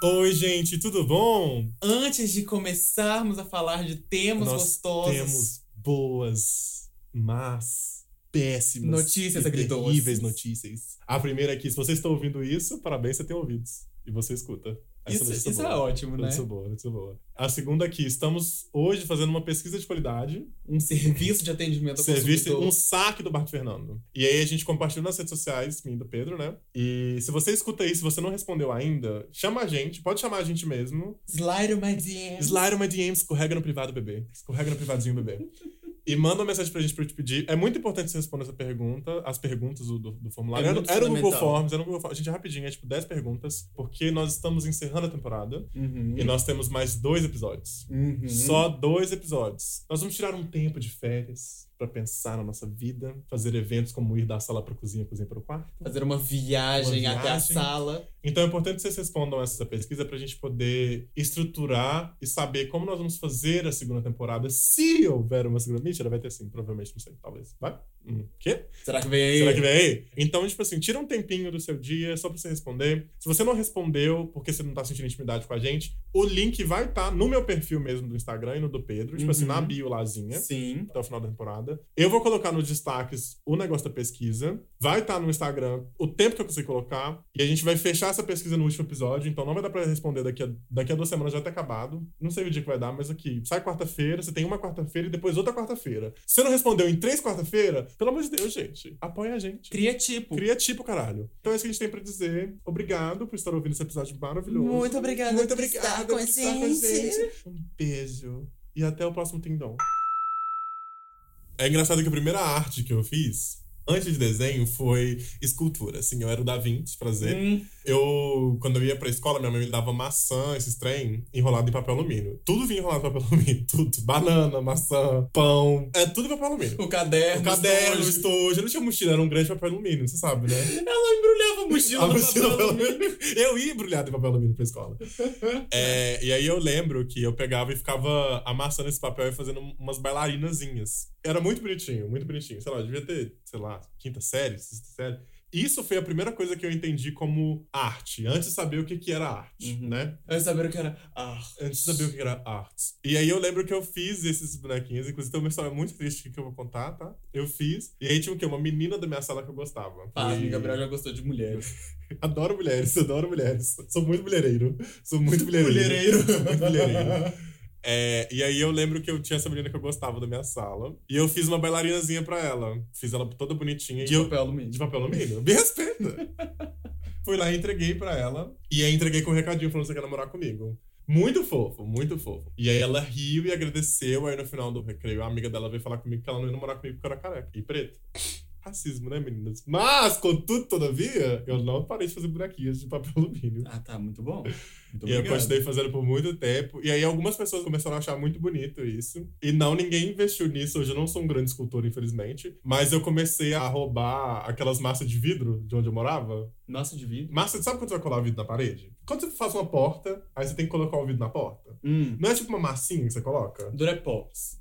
Oi, gente, tudo bom? Antes de começarmos a falar de temas Nós gostosos, Temos boas, mas péssimas. Notícias e agridoces. Terríveis notícias. A primeira aqui, se você está ouvindo isso, parabéns, você tem ouvidos. E você escuta. Essa isso, notícia isso boa. é ótimo, né? Notícia boa, notícia é boa. A segunda aqui, estamos hoje fazendo uma pesquisa de qualidade Um serviço de atendimento ao Serviço, consumidor. um saque do Bart Fernando. E aí a gente compartilhou nas redes sociais, mim e do Pedro, né? E se você escuta isso, se você não respondeu ainda, chama a gente, pode chamar a gente mesmo. Slide my DM. Slide uma DM, escorrega no privado, bebê. Escorrega no privadinho, bebê. E manda uma mensagem pra gente pra eu te pedir. É muito importante você responder essa pergunta, as perguntas do, do- do formulário. É era muito era o Google fundamental. Forms, era o Google Forms. Gente, é rapidinho, é tipo 10 perguntas, porque nós estamos encerrando a temporada Uhum. e nós temos mais dois episódios. Uhum. Só dois episódios. Nós vamos tirar um tempo de férias pra pensar na nossa vida, fazer eventos como ir da sala pra cozinha, cozinha para o quarto. Fazer uma viagem, Uma até a viagem. sala. Então é importante que vocês respondam essa pesquisa pra gente poder estruturar e saber como nós vamos fazer a segunda temporada, se houver uma segunda. Mentira, vai ter sim, provavelmente, não sei, talvez. Vai? Hum, quê? Será que vem aí? Será que vem aí? Então, tipo assim, tira um tempinho do seu dia só pra você responder. Se você não respondeu porque você não tá sentindo intimidade com a gente, o link vai estar no meu perfil mesmo do Instagram e no do Pedro, tipo assim, Uhum. na bio lazinha. Sim. Até o final da temporada. Eu vou colocar nos destaques o negócio da pesquisa. Vai estar no Instagram o tempo que eu consegui colocar. E a gente vai fechar essa pesquisa no último episódio. Então não vai dar pra responder daqui a, daqui a duas semanas, já tá acabado. Não sei o dia que vai dar, mas aqui. Sai quarta-feira, você tem uma quarta-feira e depois outra quarta-feira. Se você não respondeu em três quarta-feira, pelo amor de Deus, gente. Apoia a gente. Cria tipo. Cria tipo, caralho. Então é isso que a gente tem pra dizer. Obrigado por estar ouvindo esse episódio maravilhoso. Muito obrigada Muito por obrigado estar com a gente. Um beijo. E até o próximo Tindom. É engraçado que a primeira arte que eu fiz, antes de desenho, foi escultura. Assim, eu era o Da Vinci, prazer. Hum. Eu, quando eu ia pra escola, minha mãe me dava maçã, esses trem, enrolado em papel alumínio. Tudo vinha enrolado em papel alumínio. Tudo. Banana, maçã, pão. É tudo em papel alumínio. O caderno. O caderno, o os tojos. estojo. Eu não tinha mochila, era um grande papel alumínio, você sabe, né? Ela embrulhava a mochila A no mochila um papel pelo alumínio. Eu ia embrulhado em papel alumínio pra escola. É, e aí eu lembro que eu pegava e ficava amassando esse papel e fazendo umas bailarinazinhas. Era muito bonitinho, muito bonitinho. Sei lá, eu devia ter, sei lá, quinta série, sexta série. Isso foi a primeira coisa que eu entendi como arte, antes de saber o que, que era arte, Uhum. né? Eu sabia o que era. Ah. Antes de saber o que era arte. E aí eu lembro que eu fiz esses bonequinhos, inclusive tem uma história muito triste que eu vou contar, tá? Eu fiz. E aí tinha o quê? Uma menina da minha sala que eu gostava. Pasme, E- Gabriel já gostou de mulheres. Adoro mulheres, adoro mulheres. Sou muito mulhereiro. Sou muito mulhereiro. Sou muito mulhereiro. É, e aí eu lembro que eu tinha essa menina que eu gostava da minha sala. E eu fiz uma bailarinazinha pra ela. Fiz ela toda bonitinha. e De eu- papel alumínio. de um- papel alumínio. Me respeita. Fui lá e entreguei pra ela. E aí entreguei com um recadinho falando que você quer namorar comigo. Muito fofo, muito fofo. E aí ela riu e agradeceu. Aí no final do recreio, a amiga dela veio falar comigo que ela não ia namorar comigo porque eu era careca e preto. Racismo, né, meninas? Mas, contudo, todavia, eu não parei de fazer buraquinhos de papel alumínio. Ah, tá. Muito bom. Muito E eu obrigado. continuei fazendo por muito tempo. E aí algumas pessoas começaram a achar muito bonito isso. E não, ninguém investiu nisso. Hoje eu não sou um grande escultor, infelizmente. Mas eu comecei a roubar aquelas massas de vidro de onde eu morava. Nossa, de vida. Massa, sabe quando você vai colar o vidro na parede? Quando você faz uma porta, aí você tem que colocar o vidro na porta. Hum. Não é tipo uma massinha que você coloca? Durepox.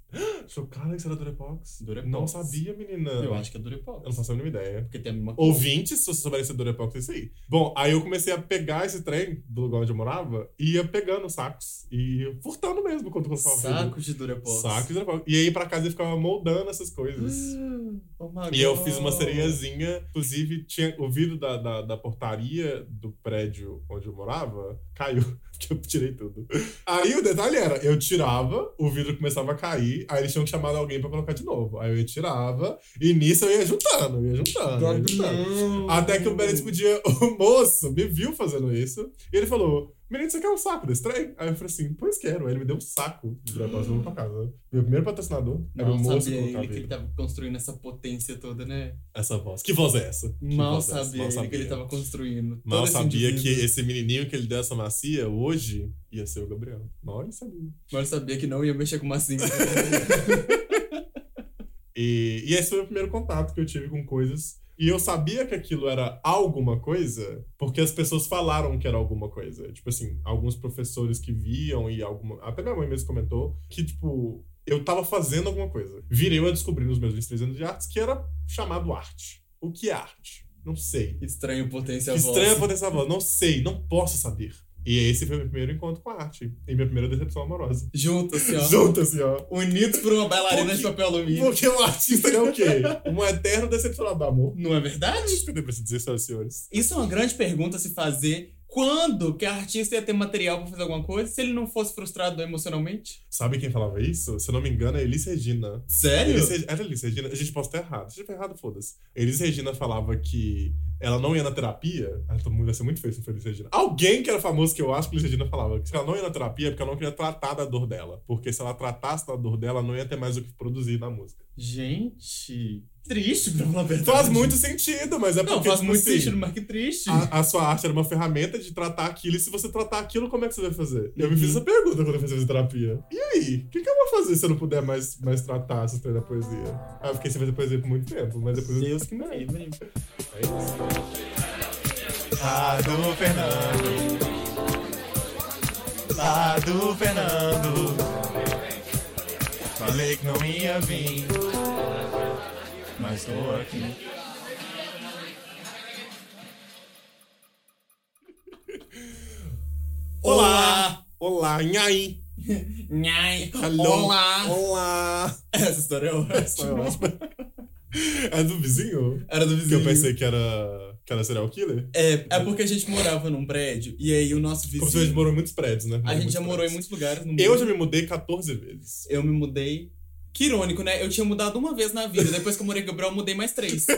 Chocada que isso era Durepox? Durepox. Não sabia, menina. Eu acho que é Eu Durepox. não faço a mínima ideia. Porque tem a mesma ouvintes, se você souber esse Durepox, é isso aí. Bom, aí eu comecei a pegar esse trem do lugar onde eu morava e ia pegando sacos. E ia furtando mesmo quando eu coisa. começava a Saco de Durepox. Sacos de Durepox. E aí pra casa eu ficava moldando essas coisas. Oh my E eu God. fiz uma sereiazinha, inclusive tinha o vidro da, da, da portaria do prédio onde eu morava caiu, porque eu tirei tudo. Aí o detalhe era, eu tirava, o vidro começava a cair, aí eles tinham que chamar alguém pra colocar de novo. Aí eu tirava, e nisso eu ia juntando, ia juntando, ia juntando. Não. Até que o Uhum. Beretz podia. O moço me viu fazendo isso. E ele falou: Menino, você quer um saco desse trem? Aí eu falei assim: Pois quero. Aí ele me deu um saco de Dropbox e levou pra casa. Meu primeiro patrocinador era um tá o Mal moço sabia que colocava ele que ele ele. tava construindo essa potência toda, né? Essa voz. Que voz é essa? Que Mal voz é essa? sabia ele que ele tava construindo. Mal todo esse sabia que indivíduo. esse menininho que ele deu essa macia hoje ia ser o Gabriel. Mal ele sabia. Mal sabia que não ia mexer com massinha. E, e esse foi o primeiro contato que eu tive com coisas. E eu sabia que aquilo era alguma coisa, porque as pessoas falaram que era alguma coisa. Tipo assim, alguns professores que viam e alguma. Até minha mãe mesmo comentou que, tipo, eu tava fazendo alguma coisa. Virei eu a descobrir nos meus 23 anos de artes que era chamado arte. O que é arte? Não sei. Estranho potência Que é voz. estranha a potência da voz. Não sei, não posso saber. E esse foi meu primeiro encontro com a arte. E minha primeira decepção amorosa. Juntos, assim, ó. Junto assim, ó. Unidos por uma bailarina Porque- de papel alumínio. Porque o artista é o quê? Um eterno decepcionado do amor. Não é verdade? Acho que eu devo dizer, senhoras e senhores. Isso é uma grande pergunta a se fazer. Quando que a artista ia ter material pra fazer alguma coisa se ele não fosse frustrado emocionalmente? Sabe quem falava isso? Se eu não me engano, é Elis Regina. Sério? Elis Regi- Era Elis Regina? A gente posso estar errado. Se eu estiver errado, foda-se. Elis Regina falava que ela não ia na terapia. Ah, todo mundo vai ser muito feio se não for Elis Regina. Alguém que era famoso que eu acho que Elis Regina falava que ela não ia na terapia é porque ela não queria tratar da dor dela. Porque se ela tratasse da dor dela, não ia ter mais o que produzir na música. Gente, triste pra falar a verdade. Faz muito sentido, mas é porque. Não, faz tipo muito assim, sentido, mas que triste. Ah, a, a sua arte era uma ferramenta de tratar aquilo, e se você tratar aquilo, como é que você vai fazer? Eu me Uhum. fiz essa pergunta quando eu fiz fisioterapia. E aí? O que, que eu vou fazer se eu não puder mais, mais tratar essa história da poesia? Ah, eu fiquei sem fazer poesia por muito tempo, mas depois eu. Deus que me livre. É isso. Lado Ah, Fernando. Lado Fernando. Falei que não ia vir, mas tô aqui. Olá! Olá, nhaí! Nhai. Alô? Olá! Olá! Essa história é Foi ótima. ótimo. É do vizinho? Era do Que vizinho. eu pensei que era, que era serial killer? É, é porque a gente morava num prédio e aí o nosso vizinho. Como se a gente morou em muitos prédios, né? a gente Muitos já morou em prédios. muitos lugares no Eu mundo. já me mudei 14 vezes. Eu me mudei. Que irônico, né? Eu tinha mudado uma vez na vida. Depois que eu morei com o Gabriel, eu mudei mais três.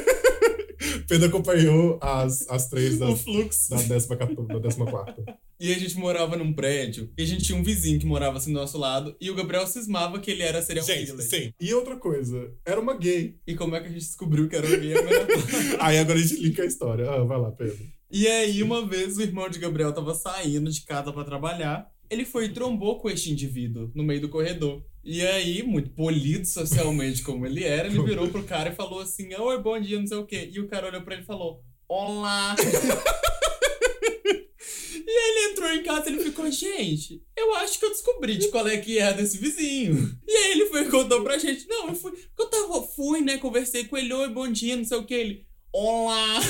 Pedro acompanhou as, as três da, o fluxo. da, décima, quator- da décima quarta. E a gente morava num prédio. E a gente tinha um vizinho que morava assim do nosso lado. E o Gabriel cismava que ele era serial Gente, killer. sim. E outra coisa, era uma gay. E como é que a gente descobriu que era gay? é a melhor parte. Aí agora a gente linka a história. Ah, vai lá, Pedro. E aí, uma vez, o irmão de Gabriel tava saindo de casa pra trabalhar. Ele foi e trombou com este indivíduo no meio do corredor. E aí, muito polido socialmente como ele era, ele virou pro cara e falou assim: Oi, bom dia, não sei o quê. E o cara olhou pra ele e falou: Olá! e aí ele entrou em casa e ele ficou: Gente, eu acho que eu descobri de qual é que é desse vizinho. E aí ele foi e contou pra gente: Não, eu fui. Eu tava, fui, né? Conversei com ele: Oi, bom dia, não sei o quê. Ele: Olá!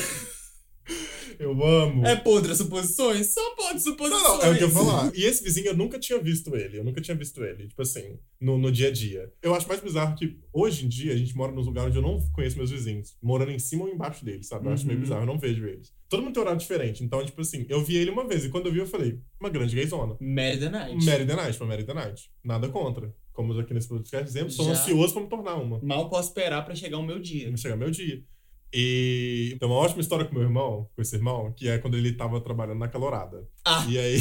Eu amo. É podre as suposições? Só pode suposições. Não, não, é o que eu ia falar. E esse vizinho eu nunca tinha visto ele. Eu nunca tinha visto ele, tipo assim, no, no dia a dia. Eu acho mais bizarro que hoje em dia a gente mora nos lugares onde eu não conheço meus vizinhos, morando em cima ou embaixo deles, sabe? Eu acho meio Uhum. bizarro, eu não vejo eles. Todo mundo tem horário diferente. Então, tipo assim, eu vi ele uma vez e quando eu vi, eu falei, uma grande gayzona. Mary the Night. Mary the Night, uma Mary the Night. Nada contra. Como aqui nesse podcast dizemos, sou Já. ansioso pra me tornar uma. Mal posso esperar pra chegar o meu dia. não chegar meu dia. E tem uma ótima história com meu irmão, com esse irmão, que é quando ele tava trabalhando na calorada. Ah. E aí.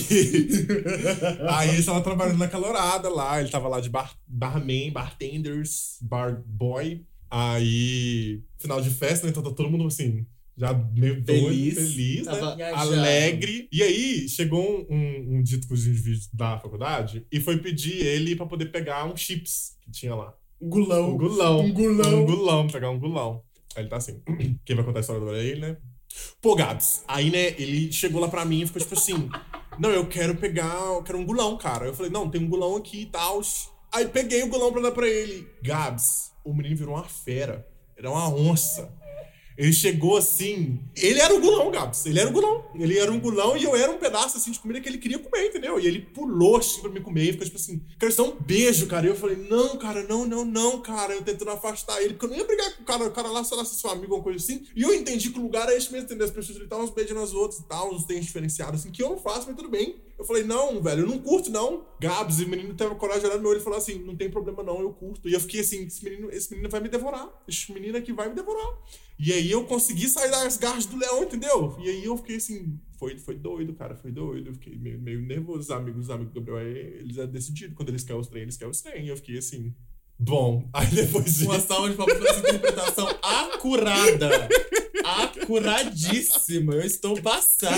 aí ele tava trabalhando na calorada lá, ele tava lá de bar, barman, bartenders, bar boy. Aí, final de festa, né? Então tá todo mundo assim, já meio doido, Feliz. feliz, Tava né? viajando. Alegre. E aí, chegou um, um, um dito com os indivíduos da faculdade e foi pedir ele pra poder pegar um chips que tinha lá. Gulão. Um gulão. Um gulão. Um gulão, pegar um gulão. Aí ele tá assim. Quem vai contar a história agora é ele, né? Pô, Gabs. Aí, né, ele chegou lá pra mim e ficou tipo assim: Não, eu quero pegar, eu quero um gulão, cara. Eu falei: Não, tem um gulão aqui e tal. Aí peguei o gulão pra dar pra ele. Gabs, o menino virou uma fera. Era uma onça. Ele chegou assim. Ele era o gulão, Gabs. Ele era o gulão. Ele era um gulão e eu era um pedaço assim de comida que ele queria comer, entendeu? E ele pulou assim pra me comer e ficou tipo assim: quero te dar um beijo, cara. E eu falei: não, cara, não, não, não, cara. Eu tentando afastar ele, porque eu não ia brigar com o cara. O cara lá, sei lá, se é seu amigo, alguma coisa assim. E eu entendi que o lugar é esse mesmo, entendeu? As pessoas ele estavam uns beijando as outras e tal, uns tênis diferenciados, assim, que eu não faço, mas tudo bem. Eu falei, não, velho, eu não curto, não. Gabs, e o menino teve coragem de olhar no meu olho e falar assim: não tem problema, não, eu curto. E eu fiquei assim: esse menino, esse menino vai me devorar. Esse menino aqui vai me devorar. E aí eu consegui sair das garras do leão, entendeu? E aí eu fiquei assim, foi, foi doido, cara, foi doido. Eu fiquei meio, meio nervoso. Os amigos, os amigos do Gabriel, é- eles é decidido. Quando eles querem os trem, eles querem os trem. E eu fiquei assim, bom. Aí depois disso. Uma salva de palmas pra essa interpretação acurada. Acuradíssima. Eu estou passada.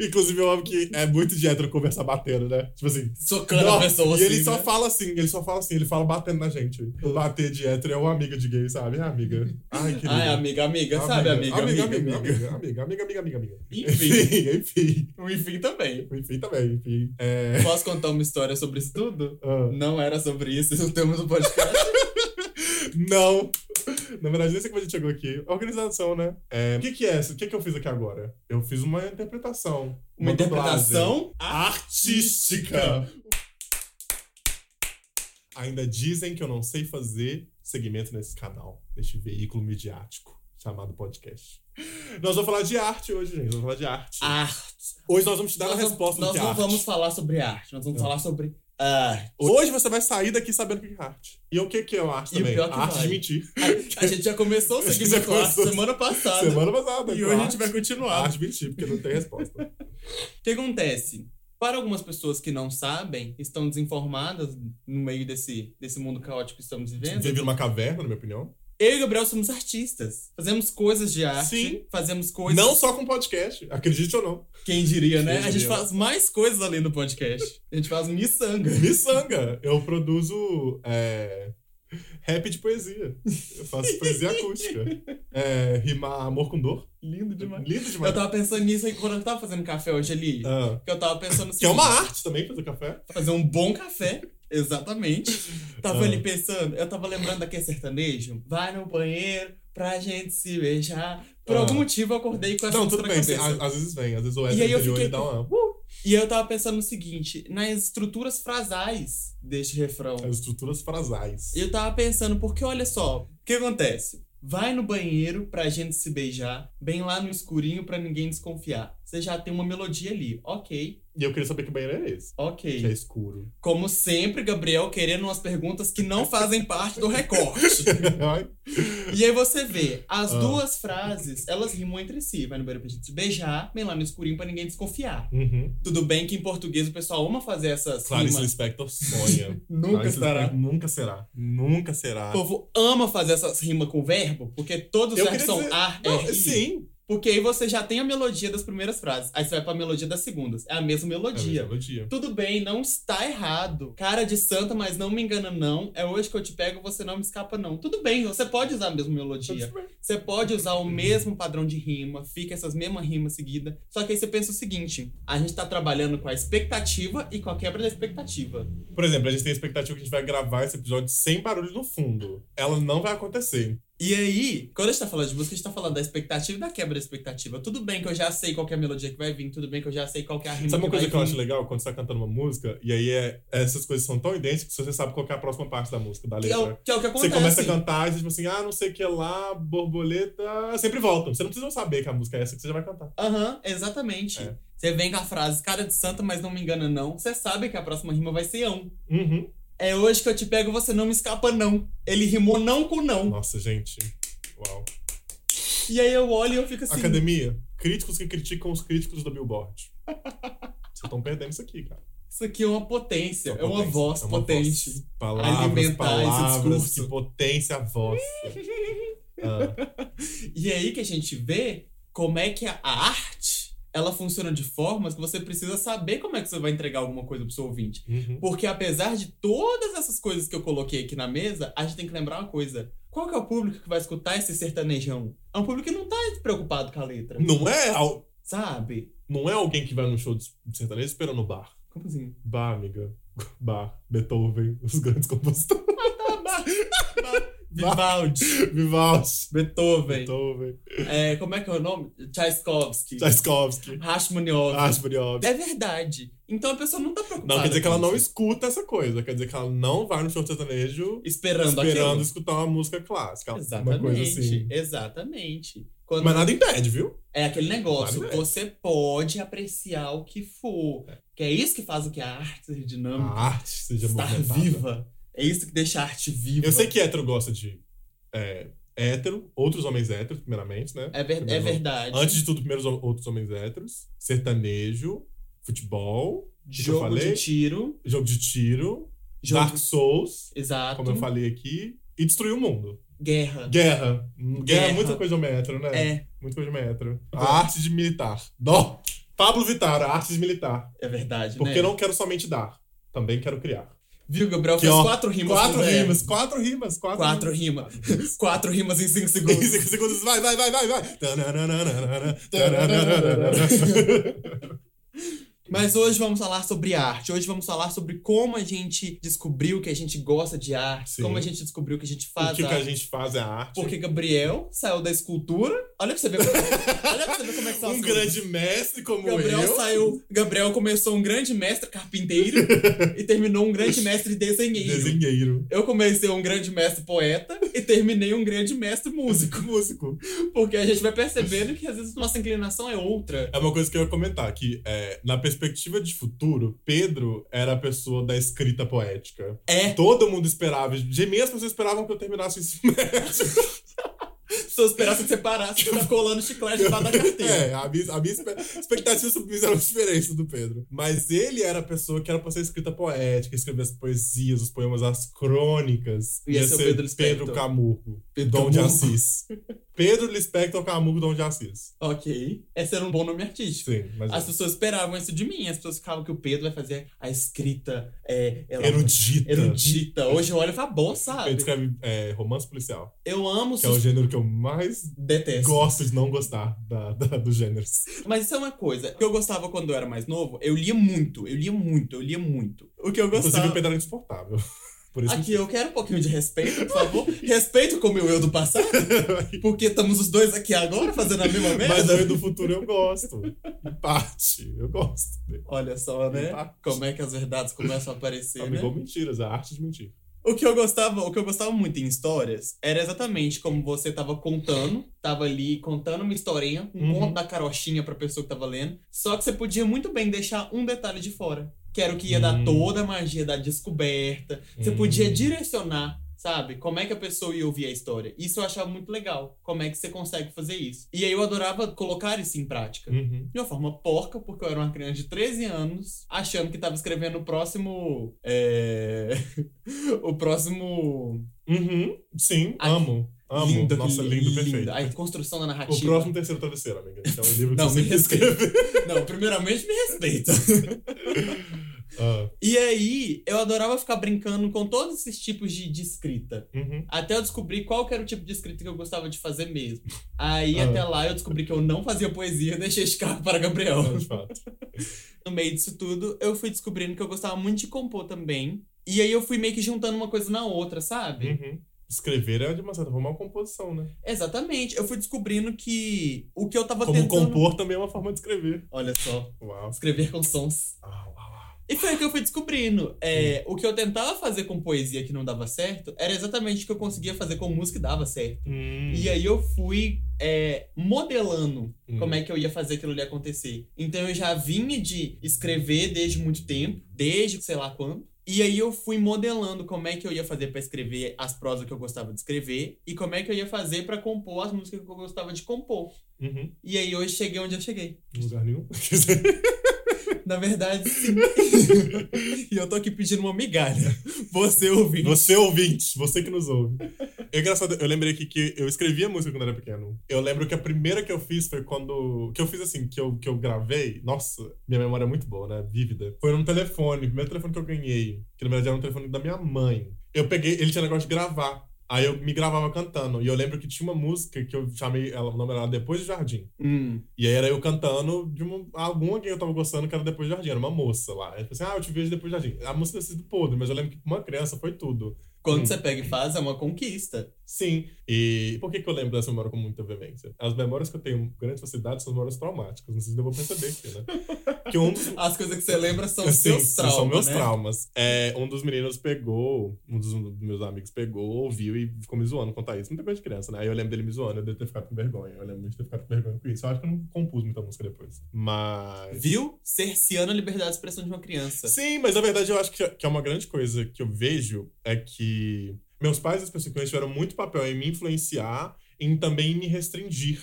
Inclusive, eu amo que é muito de hétero conversar batendo, né? Tipo assim. Socando a nossa, pessoa e assim. ele só né? fala assim, ele só fala assim, ele fala batendo na gente. Bater de hétero é uma amiga de gay, sabe? É amiga. Ai, querida. Ai, amiga, amiga, sabe, amiga, Amiga, amiga, amiga, amiga, amiga, amiga, amiga, amiga. Enfim. enfim. Enfim, também. Enfim também, enfim. É. Posso contar uma história sobre isso um tudo? ah. Não era sobre isso, isso é o tema do podcast. Não, Na verdade, nem sei como a gente chegou aqui. Organização, né? É, O que, que é isso? O que, que eu fiz aqui agora? Eu fiz uma interpretação. Uma dublagem interpretação artística. Ainda dizem que eu não sei fazer segmento nesse canal, neste veículo midiático chamado podcast. Nós vamos falar de arte hoje, gente. Nós vamos falar de arte. arte. Hoje nós vamos te dar Ah, Nós a não- resposta do Nós que é não arte. vamos falar sobre arte, nós vamos Não. falar sobre ah, arte. Hoje você vai sair daqui sabendo o que é arte. E o que que é arte E o também? pior que a arte vai. de mentir. A, a gente já começou o A gente já segmento arte começou. semana passada. Semana passada. Ah. Ah, E com hoje a arte. gente vai continuar. Arte de mentir, porque não tem resposta. O que acontece? Para algumas pessoas que não sabem, estão desinformadas no meio desse, desse mundo caótico que estamos vivendo, Vive numa caverna, na minha opinião. eu e o Gabriel somos artistas. Fazemos coisas de arte, Sim. fazemos coisas. Não só com podcast, acredite ou não. Quem diria, né? Quem A gente diria. faz mais coisas além do podcast. A gente faz miçanga. Miçanga, eu produzo é, rap de poesia. Eu faço poesia acústica. É, rimar amor com dor. Lindo Lindo Eu demais. tava pensando nisso aí quando eu tava fazendo café hoje ali. Ah, Que eu tava pensando assim. que é uma arte também, fazer café. Fazer um bom café. Exatamente. Tava Ah. ali pensando, eu tava lembrando daquele sertanejo. Vai no banheiro pra gente se beijar. Por Ah. algum motivo eu acordei com essa Não, música tudo na bem. cabeça. sim, às, às vezes vem, às vezes o E aí Wesley eu interior fiquei- ele dá uma... E eu tava pensando no seguinte, nas estruturas frasais deste refrão. uh, As estruturas frasais. Eu tava pensando, porque olha só, o que acontece? Vai no banheiro pra gente se beijar, bem lá no escurinho pra ninguém desconfiar. Você já tem uma melodia ali. Ok, E eu queria saber que banheiro é esse. Que é ok. escuro. Como sempre, Gabriel querendo umas perguntas que não fazem parte do recorte. Ai, E aí você vê, as Ah. duas frases, elas rimam entre si. Vai no banheiro pra gente se beijar, bem lá no escurinho pra ninguém desconfiar. uhum. Tudo bem que em português o pessoal ama fazer essas Clarice rimas. Lispector sonha. Nunca Clarice estará. Lispector Nunca será. Nunca será. O povo ama fazer essas rimas com verbo, porque todos Eu os queria verbos são dizer- A, Não, R, I. sim. Porque aí você já tem a melodia das primeiras frases, aí você vai pra melodia das segundas. É a mesma melodia. É o dia. Tudo bem, não está errado. Cara de santa, mas não me engana não. É hoje que eu te pego, você não me escapa não. Tudo bem, você pode usar a mesma Tá melodia. Você pode usar o mesmo padrão de rima, fica essas mesmas rimas seguidas. Só que aí você pensa o seguinte, a gente tá trabalhando com a expectativa e com a quebra da expectativa. Por exemplo, a gente tem a expectativa que a gente vai gravar esse episódio sem barulho no fundo. Ela não vai acontecer. E aí, quando a gente tá falando de música, a gente tá falando da expectativa e da quebra da expectativa. Tudo bem que eu já sei qual que é a melodia que vai vir, tudo bem que eu já sei qual que é a rima Sabe uma que coisa vai que eu vir. acho legal quando você tá cantando uma música e aí é- essas coisas são tão idênticas que você sabe qual que é a próxima parte da música, da Que é, o, letra. que é o que acontece. Você começa a cantar e você tipo assim, ah, não sei o que lá, borboleta. Sempre volta. Você não precisa saber que a música é essa que você já vai cantar. Aham, exatamente. É. Você vem com a frase, cara de santa, mas não me engana não. Você sabe que a próxima rima vai ser ão. Uhum. É hoje que eu te pego, você não me escapa não. Ele rimou não com não. Nossa, gente. Uau. E aí eu olho e eu fico assim... Academia, críticos que criticam os críticos do Billboard. Vocês estão perdendo isso aqui, cara. Isso aqui é uma potência, é uma potência, voz é uma potente. voz. Palavras, Alimentar esse palavras, discurso. que potência a voz. Ah, E é aí que a gente vê como é que a arte, ela funciona de formas que você precisa saber como é que você vai entregar alguma coisa pro seu ouvinte. uhum. Porque apesar de todas essas coisas que eu coloquei aqui na mesa, a gente tem que lembrar uma coisa. Qual que é o público que vai escutar esse sertanejão? É um público que não tá preocupado com a letra, Não é, al- sabe? não é alguém que vai num show de sertanejo esperando o bar. Como assim? Bar, amiga. Bar, Beethoven, os grandes compositores. Vivaldi, Vivaldi, Beethoven, Beethoven, é, como é que é o nome? Tchaikovsky, Tchaikovsky, Rachmaninoff. Ashburyov. É verdade. Então a pessoa não tá preocupada. Não, quer dizer que com ela não isso. escuta essa coisa. Quer dizer que ela não vai no show de sertanejo esperando, esperando aquilo. escutar uma música clássica. Uma Exatamente. coisa assim. Exatamente. Quando Mas nada impede, viu? É aquele negócio, Claro, é. você pode apreciar o que for. Que é isso que faz o que a arte ser dinâmica, A arte Ah, seja estar movimentada. viva. É isso que deixa a arte viva. Eu sei que hétero gosta de é, hétero, outros homens héteros, primeiramente, né? é, ver- é verdade. Antes de tudo, primeiros hom- outros homens héteros, sertanejo, futebol, jogo eu falei, de tiro, jogo de tiro, jogo Dark Souls, exato, como eu falei aqui, e destruir o mundo. guerra. Guerra. Guerra, Guerra. é muita coisa de homem hétero, né? É, Muita coisa de homem hétero. A arte de militar. Dó! Pablo Vittar, a arte de militar. é verdade, Porque né? eu não quero somente dar, também quero criar. Viu, Gabriel Que, fez ó, quatro rimas. Quatro com verbo. rimas, quatro rimas, quatro, né? Quatro rimas. quatro rimas em cinco segundos. Cinco segundos, vai, vai, vai, vai, vai. Tananana, tananana, tananana. Mas hoje vamos falar sobre arte. Hoje vamos falar sobre como a gente descobriu que a gente gosta de arte, Sim. como a gente descobriu que a gente O faz que, que arte. a gente faz é a arte. Porque Gabriel saiu da escultura. Olha pra você ver como, olha pra você ver como é que são as um coisas. grande mestre como Gabriel eu. saiu. Gabriel começou um grande mestre carpinteiro e terminou um grande mestre desenheiro. Desenheiro. Eu comecei um grande mestre poeta e terminei um grande mestre músico. Músico. Porque a gente vai percebendo que às vezes nossa inclinação é outra. É uma coisa que eu ia comentar, que é, na perspectiva de futuro, Pedro era a pessoa da escrita poética. É. Todo mundo esperava, de mesmo as pessoas esperavam que eu terminasse o ensino médio. Se eu esperasse que você parasse, você tá colando chiclete lá da carteira. É, a minha, a minha espe- expectativa sobre isso era diferente do Pedro. Mas ele era a pessoa que era pra ser escrita poética, escrever as poesias, os poemas, as crônicas. Ia ser é o Pedro Lispector. Pedro Camurco, Pedro Dom de Camurco. Assis. Pedro Lispector Camurco, Dom de Assis. Ok. Esse era um bom nome artístico. Sim, mas... As pessoas esperavam isso de mim. As pessoas ficavam que o Pedro vai fazer a escrita é, ela- Erudita. erudita. Hoje eu olho e falo, bom, sabe? Ele escreve é, romance policial, Eu amo que é o gênero que eu mais Detesto. gosto de não gostar da, da- dos gêneros. Mas isso é uma coisa. O que eu gostava quando eu era mais novo, eu lia muito, eu lia muito, eu lia muito. O que eu Inclusive, o gostava. Pedro era insuportável. Por isso Aqui eu quero um pouquinho de respeito, por favor. respeito com o meu eu do passado, porque estamos os dois aqui agora fazendo a mesma Mas merda. aí do futuro eu gosto. Em parte, eu gosto dele. Olha só, né? Tá. Como é que as verdades começam a aparecer, né? Amigo, mentiras, a arte de mentir. O que eu gostava, o que eu gostava muito em histórias era exatamente como você tava contando, tava ali contando uma historinha, um Uhum. conto da carochinha pra pessoa que tava lendo, só que você podia muito bem deixar um detalhe de fora, que era o que ia dar Hum. toda a magia da descoberta. Você Hum. podia direcionar, sabe? Como é que a pessoa ia ouvir a história. Isso eu achava muito legal. Como é que você consegue fazer isso? E aí eu adorava colocar isso em prática. Uhum. De uma forma porca, porque eu era uma criança de 13 anos, achando que tava escrevendo o próximo. É... o próximo. Uhum. Sim, Ai, amo. Amo. Lindo, Nossa, li- lindo, perfeito. A construção da O narrativa. próximo terceiro travesseiro, amiga. Que é um livro que Não, você me sempre escreveu. Não, primeiramente me respeita. Ah, E aí, eu adorava ficar brincando com todos esses tipos de, de escrita. uhum. Até eu descobrir qual que era o tipo de escrita que eu gostava de fazer mesmo. Aí, Ah. até lá, eu descobri que eu não fazia poesia, deixei escapar para Gabriel. Não, de fato. no meio disso tudo, eu fui descobrindo que eu gostava muito de compor também. E aí eu fui meio que juntando uma coisa na outra, sabe? Uhum. Escrever é de uma certa forma uma composição, né? Exatamente. Eu fui descobrindo que o que eu tava Como tentando. compor também é uma forma de escrever. Olha só, Uau. escrever com sons. Ah, uau, uau. E foi o que eu fui descobrindo. É, o que eu tentava fazer com poesia que não dava certo era exatamente o que eu conseguia fazer com música que dava certo. Hum. E aí eu fui é, modelando Hum. como é que eu ia fazer aquilo ali acontecer. Então eu já vinha de escrever desde muito tempo, desde sei lá quando. E aí eu fui modelando como é que eu ia fazer pra escrever as prosas que eu gostava de escrever e como é que eu ia fazer pra compor as músicas que eu gostava de compor. Uhum. E aí hoje cheguei onde eu cheguei. Em lugar nenhum. Na verdade, sim. e eu tô aqui pedindo uma migalha. Você ouvir. Você ouvinte, você que nos ouve. É engraçado, eu lembrei aqui que eu escrevia música quando era pequeno. Eu lembro que a primeira que eu fiz foi quando. Que eu fiz assim, que eu, que eu gravei. Nossa, minha memória é muito boa, né? Vívida. Foi num telefone, o primeiro telefone que eu ganhei. Que na verdade era um telefone da minha mãe. Eu peguei, ele tinha negócio de gravar. Aí eu me gravava cantando. E eu lembro que tinha uma música que eu chamei, ela, o nome era Depois do Jardim. Hum. E aí era eu cantando de uma, alguma que eu tava gostando, que era Depois do Jardim, era uma moça lá. Aí eu falei assim, ah, eu te vejo depois do jardim. A música tinha sido podre, mas eu lembro que pra uma criança foi tudo. Quando Hum. você pega e faz, é uma conquista. Sim. E por que, que eu lembro dessa memória com muita veemência? As memórias que eu tenho com grande facilidade são as memórias traumáticas. Não sei se eu vou perceber aqui, né? Que um dos. As coisas que você lembra são Sim, seus traumas. são meus né? traumas. É, um dos meninos pegou, um dos meus amigos pegou, ouviu e ficou me zoando contar isso. Não tem coisa de criança, né? Aí eu lembro dele me zoando, eu devo ter ficado com vergonha. Eu lembro de ter ficado com vergonha com isso. Eu acho que eu não compus muita música depois. Mas. Viu? Cerciando a liberdade de expressão de uma criança. Sim, mas na verdade eu acho que, que é uma grande coisa que eu vejo é que meus pais, as pessoas que eu tiveram muito papel em me influenciar, em também me restringir,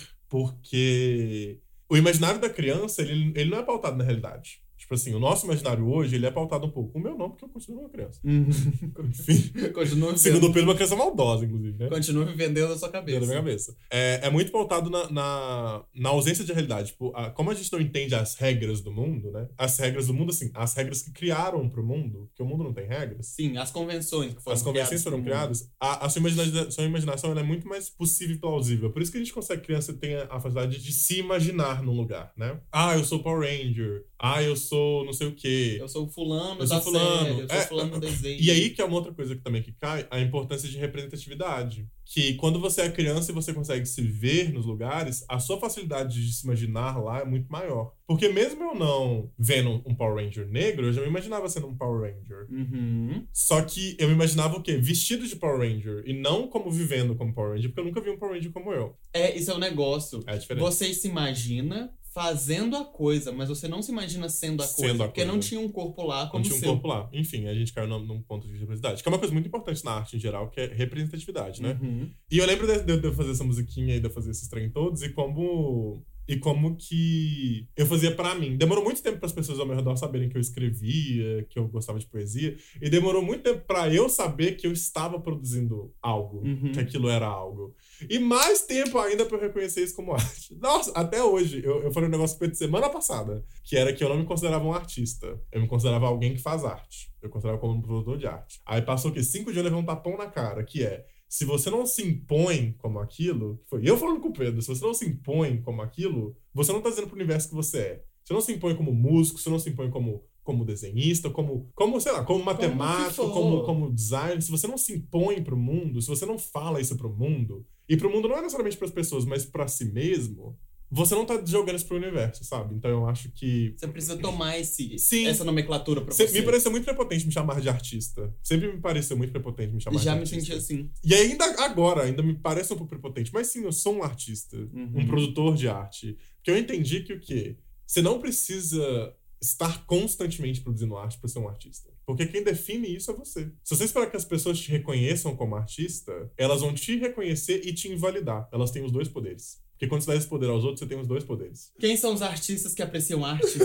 porque o imaginário da criança, ele, ele não é pautado na realidade. Tipo assim, o nosso imaginário hoje, ele é pautado um pouco. O meu não, porque eu continuo uma criança. Enfim, continua, segundo vivendo, o Pedro, uma criança maldosa, inclusive, né? continua vivendo dentro da sua Dentro da cabeça. minha cabeça. É, é muito pautado na, na, na ausência de realidade. Tipo, a- como a gente não entende as regras do mundo, né? As regras do mundo, assim, as regras que criaram pro mundo, porque o mundo não tem regras. Sim, as convenções que foram as convenções criadas foram no mundo. criadas, a, a sua imagina- sua imaginação ela é muito mais possível e plausível. Por isso que a gente consegue, criança, tem a a facilidade de se imaginar num lugar, né? Ah, eu sou Power Ranger. Ah, eu sou não sei o quê. Eu sou fulano Eu da sou fulano. série, eu sou É, fulano do desenho. E aí que é uma outra coisa que também que cai, a importância de representatividade. Que quando você é criança e você consegue se ver nos lugares, a sua facilidade de se imaginar lá é muito maior. Porque mesmo eu não vendo um Power Ranger negro, eu já me imaginava sendo um Power Ranger. Uhum. Só que eu me imaginava o quê? Vestido de Power Ranger. E não como vivendo como Power Ranger, porque eu nunca vi um Power Ranger como eu. É, isso é um negócio. É diferente. Você se imagina fazendo a coisa, mas você não se imagina sendo a coisa. Sendo a porque coisa. não tinha um corpo lá Não como tinha um seu. corpo lá. Enfim, a gente caiu num, num ponto de representatividade. Que é uma coisa muito importante na arte em geral, que é representatividade, né? Uhum. E eu lembro de, de- de eu fazer essa musiquinha e de eu fazer esses trem todos e como. E como que eu fazia pra mim. Demorou muito tempo para as pessoas ao meu redor saberem que eu escrevia, que eu gostava de poesia. E demorou muito tempo pra eu saber que eu estava produzindo algo, Uhum. que aquilo era algo. E mais tempo ainda pra eu reconhecer isso como arte. Nossa, até hoje. Eu, eu falei um negócio pra ele semana passada, que era que eu não me considerava um artista. Eu me considerava alguém que faz arte. Eu considerava como um produtor de arte. Aí passou o quê? Cinco dias eu levei um tapão na cara, que é se você não se impõe como aquilo, que foi eu falando com o Pedro, se você não se impõe como aquilo, você não tá dizendo pro universo que você é. Você não se impõe como músico, você não se impõe como, como desenhista, como, como, sei lá, como matemático, for. como, como designer. Se você não se impõe pro mundo, se você não fala isso pro mundo, e pro mundo não é necessariamente pras pessoas, mas pra si mesmo, você não tá jogando isso pro universo, sabe? Então eu acho que. Você precisa tomar esse, Sim. essa nomenclatura pra Se- você. me pareceu muito prepotente me chamar de artista. Sempre me pareceu muito prepotente me chamar de Já me artista. senti assim. E ainda agora, ainda me parece um pouco prepotente, mas sim, eu sou um artista, Uhum. um produtor de arte. Porque eu entendi que o quê? Você não precisa estar constantemente produzindo arte para ser um artista. Porque quem define isso é você. Se você esperar que as pessoas te reconheçam como artista, elas vão te reconhecer e te invalidar. Elas têm os dois poderes. Porque quando você dá esse poder aos outros, você tem os dois poderes. Quem são os artistas que apreciam arte?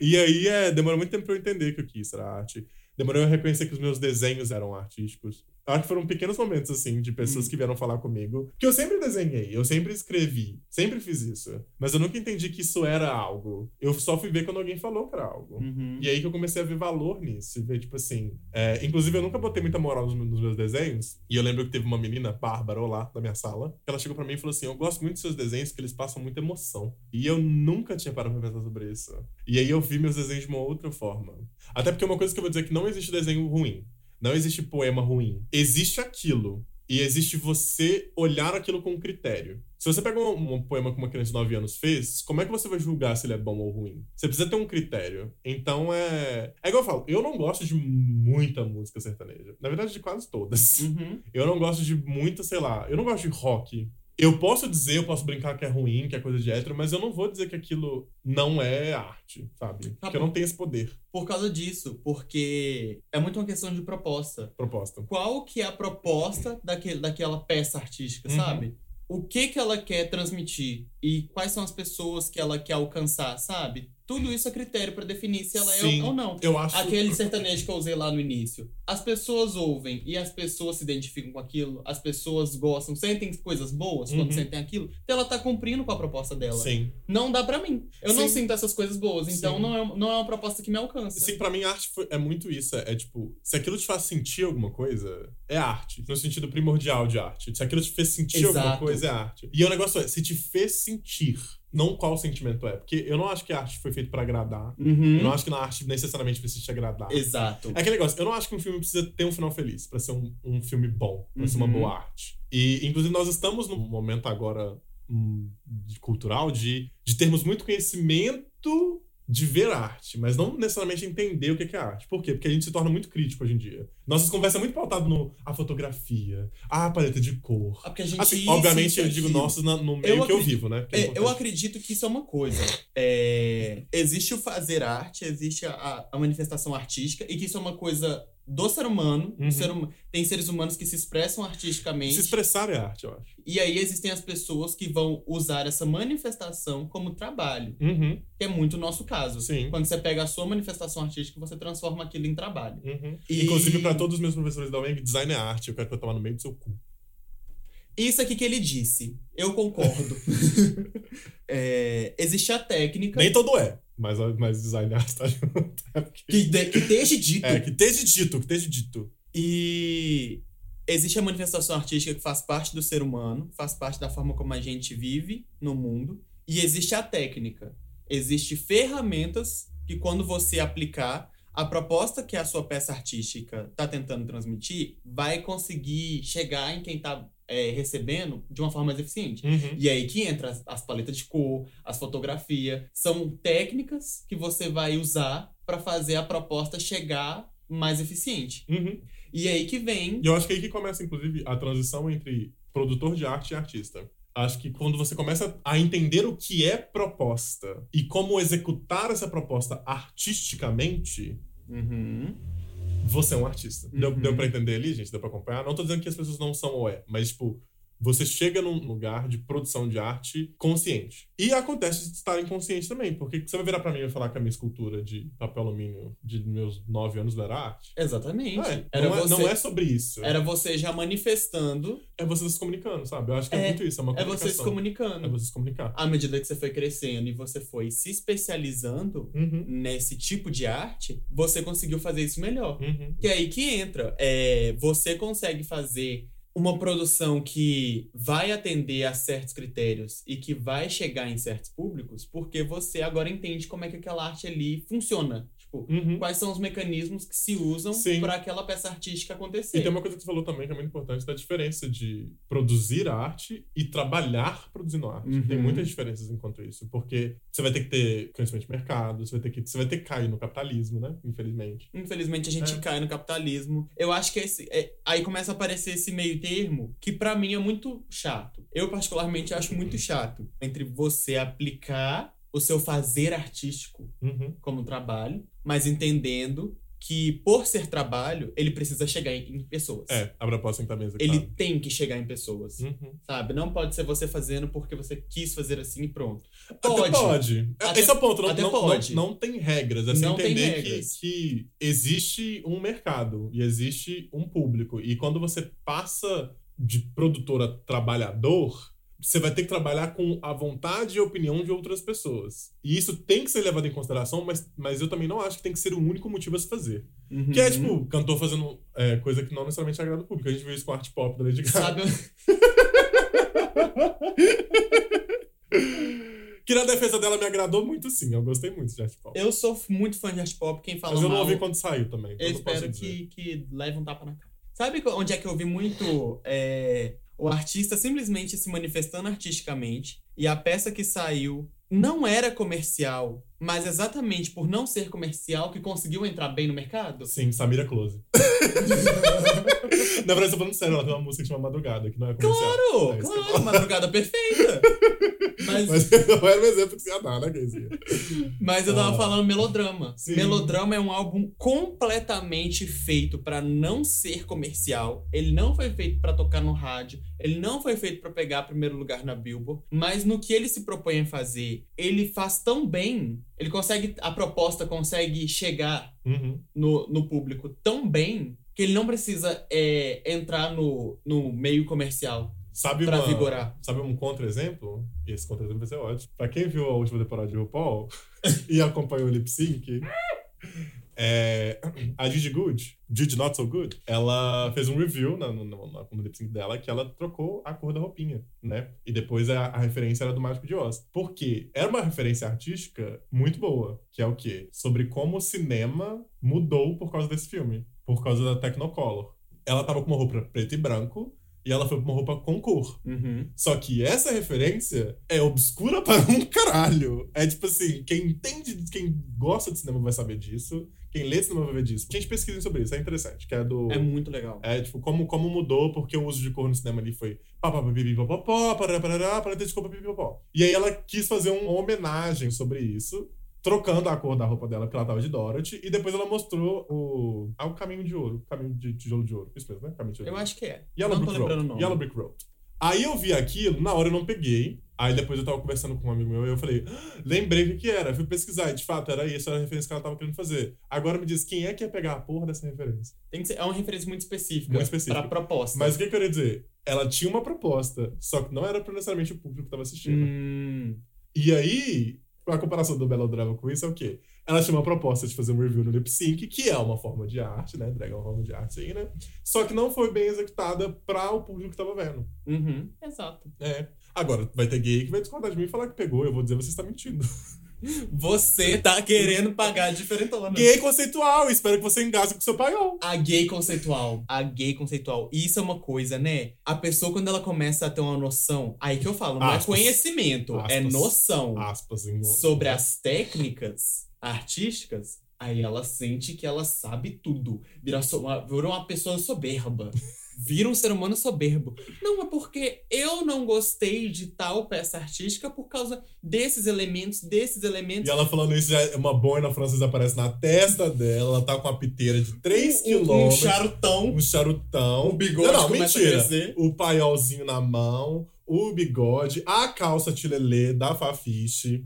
E aí, é, demorou muito tempo pra eu entender que o que isso era arte. Demorou eu reconhecer que os meus desenhos eram artísticos. Eu Acho que foram pequenos momentos, assim, de pessoas que vieram falar comigo. Porque eu sempre desenhei, eu sempre escrevi, sempre fiz isso. Mas eu nunca entendi que isso era algo. Eu só fui ver quando alguém falou que era algo. Uhum. E aí que eu comecei a ver valor nisso. E ver, tipo assim. é, inclusive, eu nunca botei muita moral nos, meus- nos meus desenhos. E eu lembro que teve uma menina, Bárbara, lá, da minha sala, que ela chegou pra mim e falou assim: Eu gosto muito dos seus desenhos, que eles passam muita emoção. E eu nunca tinha parado pra pensar sobre isso. E aí eu vi meus desenhos de uma outra forma. Até porque uma coisa que eu vou dizer é que não existe desenho ruim. Não existe poema ruim. Existe aquilo. E existe você olhar aquilo com critério. Se você pega um, um poema que uma criança de 9 anos fez, como é que você vai julgar se ele é bom ou ruim? Você precisa ter um critério. Então é. É igual eu falo, eu não gosto de muita música sertaneja. Na verdade, de quase todas. Uhum. Eu não gosto de muita, sei lá, eu não gosto de rock. Eu posso dizer, eu posso brincar que é ruim, que é coisa de hétero, mas eu não vou dizer que aquilo não é arte, sabe? Tá Porque eu bom. não tenho esse poder, Por causa disso, porque é muito uma questão de proposta. proposta. qual que é a proposta daquele, daquela peça artística, Uhum. sabe? O que que ela quer transmitir e quais são as pessoas que ela quer alcançar, sabe? Tudo isso é critério pra definir se ela Sim. é ou não. Eu acho. Aquele sertanejo que eu usei lá no início. As pessoas ouvem e as pessoas se identificam com aquilo, as pessoas gostam, sentem coisas boas quando Uhum. sentem aquilo. Então ela tá cumprindo com a proposta dela. Sim. Não dá pra mim. Eu não Sim. sinto essas coisas boas, então Sim. não é, não é uma proposta que me alcança. Sim, pra mim arte foi- é muito isso. É, é tipo, se aquilo te faz sentir alguma coisa, é arte. No sentido primordial de arte. Se aquilo te fez sentir alguma Exato. coisa, é arte. E o negócio é, se te fez sentir, não qual sentimento é. Porque eu não acho que a arte foi feita pra agradar. Eu Uhum. não acho que na arte necessariamente precisa te agradar. Exato. É aquele negócio, eu não acho que um filme precisa ter um final feliz pra ser um, um filme bom, pra ser uma Uhum. boa arte. E, inclusive, nós estamos num momento agora hum, de- cultural de, de termos muito conhecimento de ver arte, mas não necessariamente entender o que que é arte. Por quê? Porque a gente se torna muito crítico hoje em dia. Nossas conversas é muito pautado no a fotografia, a paleta de cor. Ah, Porque a gente Assim, isso, obviamente, isso, eu digo aquilo. nossos na- no meio que eu acredito- vivo, né? Porque é É, eu importante. acredito que isso é uma coisa. É, existe o fazer arte, existe a, a manifestação artística, e que isso é uma coisa do ser humano. Uhum. O ser hum- tem seres humanos que se expressam artisticamente. Se expressar é arte, eu acho. E aí existem as pessoas que vão usar essa manifestação como trabalho, Uhum, que é muito o nosso caso. sim. Quando você pega a sua manifestação artística, você transforma aquilo em trabalho. Uhum. E- Inclusive, pra todos os meus professores da UENG, design é arte. Eu quero que eu tomar no meio do seu cu. Isso aqui que ele disse, eu concordo. É, existe a técnica Nem todo é, mas, mas design é arte tá junto. É, porque- que, de, que desde dito é, que esteja dito, que esteja dito. E existe a manifestação artística que faz parte do ser humano, faz parte da forma como a gente vive no mundo, e existe a técnica, Existem ferramentas que, quando você aplicar, a proposta que a sua peça artística está tentando transmitir vai conseguir chegar em quem está recebendo de uma forma mais eficiente. Uhum. E é aí que entra as, as paletas de cor, as fotografias. São técnicas que você vai usar para fazer a proposta chegar mais eficiente. Uhum. E aí que vem. E eu acho que aí que começa, inclusive, a transição entre produtor de arte e artista. Acho que quando você começa a entender o que é proposta e como executar essa proposta artisticamente, Uhum. você é um artista. Deu, Uhum. deu pra entender ali, gente? Deu pra acompanhar? Não tô dizendo que as pessoas não são ou é, mas, tipo, você chega num lugar de produção de arte consciente. E acontece de estar inconsciente também, porque você vai virar pra mim e falar que a minha escultura de papel alumínio de meus nove anos não era arte? Exatamente. Não é, Era não, é, você- não é sobre isso. Era você já manifestando, É você se comunicando, sabe? Eu acho que é, É. muito isso, é uma é você se comunicação. É comunicando. você se comunicar. À medida que você foi crescendo e você foi se especializando Uhum, nesse tipo de arte, você conseguiu fazer isso melhor. uhum, Que é aí que entra. É, você consegue fazer uma produção que vai atender a certos critérios e que vai chegar em certos públicos, porque você agora entende como é que aquela arte ali funciona. Tipo, uhum. quais são os mecanismos que se usam Sim. para aquela peça artística acontecer. E tem uma coisa que você falou também que é muito importante, da diferença de produzir arte e trabalhar produzindo arte. Uhum. Tem muitas diferenças enquanto isso, porque você vai ter que ter conhecimento de mercado, você vai ter que, você vai ter que cair no capitalismo, né? Infelizmente. Infelizmente a gente É. cai no capitalismo. Eu acho que esse, é- aí começa a aparecer esse meio termo que pra mim é muito chato. Eu particularmente acho muito chato entre você aplicar o seu fazer artístico Uhum, como trabalho, mas entendendo que por ser trabalho, ele precisa chegar em, em pessoas. É, a proposta tem que estar bem executada. Ele tem que chegar em pessoas, Uhum. sabe? Não pode ser você fazendo porque você quis fazer assim e pronto. Até Pode. pode. Até- Esse é o ponto. Não, até não, pode. Não, não tem regras. É você Não tem entender que, regras. que existe um mercado e existe um público. E quando você passa de produtor a trabalhador, você vai ter que trabalhar com a vontade e a opinião de outras pessoas. E isso tem que ser levado em consideração, mas, mas eu também não acho que tem que ser o único motivo a se fazer. Uhum. Que é, tipo, cantor fazendo é, coisa que não necessariamente agrada o público. A gente viu isso com a arte pop tá da Lady Gaga. sabe? Que na defesa dela me agradou muito, sim. Eu gostei muito de arte pop. Eu sou muito fã de art pop, quem fala Mas eu não mal- ouvi quando saiu também. então Eu não posso espero dizer. que, que leve um tapa na cara. Sabe co- onde é que eu vi muito é, o artista simplesmente se manifestando artisticamente e a peça que saiu não era comercial, mas exatamente por não ser comercial que conseguiu entrar bem no mercado? Sim, Samira Close. Na verdade, eu tô falando sério, ela tem uma música que chama Madrugada, que não é comercial. Claro, É isso que eu claro, madrugada perfeita. Mas, mas, Mas não era um exemplo que você ia dar, né, Casey? eu tava Ah. falando melodrama. Sim. Melodrama é um álbum completamente feito pra não ser comercial. Ele não foi feito pra tocar no rádio, ele não foi feito pra pegar primeiro lugar na Billboard, mas no que ele se propõe a fazer, ele faz tão bem, ele consegue a proposta consegue chegar Uhum. no, no público tão bem que ele não precisa é, entrar no, no meio comercial Sabe pra uma- vigorar. Sabe um contra-exemplo? E esse contra-exemplo vai ser ótimo. Pra quem viu a última temporada de RuPaul e acompanhou o Lip Sync, é, a Gigi Good, Gigi Not So Good, ela fez um review na, na, na- no Lip Sync dela que ela trocou a cor da roupinha, né? E depois a, a referência era do Mágico de Oz. Porque era uma referência artística muito boa, que é o quê? Sobre como o cinema mudou por causa desse filme, por causa da Technicolor. Ela tava com uma roupa preto e branco e ela foi pra uma roupa com cor. Uhum. Só que essa referência é obscura para um caralho. É tipo assim, quem entende, quem gosta de cinema vai saber disso. Quem lê cinema vai ver disso. Gente, pesquisem sobre isso, é interessante. Que é do. É muito legal. É, tipo, como, como mudou, porque o uso de cor no cinema ali foi pá, pá, pá, pipi, pó, pó, pó, parará, parará, parará, desculpa, pipi, pó, pó. E aí ela quis fazer uma homenagem sobre isso, trocando a cor da roupa dela, porque ela tava de Dorothy, e depois ela mostrou o. Ah, o caminho de ouro. Caminho de tijolo de ouro. Isso mesmo, né? Caminho de tijolo de Eu ouro. acho que é. Yellow não tô Brick Road. lembrando o nome. Yellow Brick Road. Aí eu vi aquilo, na hora eu não peguei. Aí depois eu tava conversando com um amigo meu e eu falei, "Ah, lembrei o que que era. Fui pesquisar e de fato era isso, era a referência que ela tava querendo fazer. Agora me diz, quem é que ia pegar a porra dessa referência? Tem que ser, é uma referência muito específica, Muito específica. pra proposta. Mas o que, que eu queria dizer? Ela tinha uma proposta, só que não era pra necessariamente o público que tava assistindo. Hum, E aí, a comparação do melodrama com isso é o quê? Ela tinha uma proposta de fazer um review no Lip Sync, que é uma forma de arte, né? Drag é uma forma de arte aí, né? Só que não foi bem executada pra o público que tava vendo. uhum, exato. É. Agora, vai ter gay que vai discordar de mim e falar que pegou. Eu vou dizer, você está mentindo. Você tá querendo pagar a diferentona. Gay conceitual, espero que você engasgue com seu paiol. A gay conceitual. A gay conceitual. Isso é uma coisa, né? A pessoa, quando ela começa a ter uma noção, aí que eu falo, não Aspas. é conhecimento, é Aspas. noção Aspas, em sobre as técnicas artísticas, aí ela sente que ela sabe tudo. Vira so- uma, virou uma pessoa soberba. Vira um ser humano soberbo. Não, é porque eu não gostei de tal peça artística por causa desses elementos, desses E elementos. ela falando isso, já é uma boina francesa aparece na testa dela, ela tá com uma piteira de 3 Um- um- Um quilômetros, charutão, um charutão, o bigode Não, não, começa mentira. a crescer. o paiolzinho na mão, o bigode, a calça tilelê da Fafiche,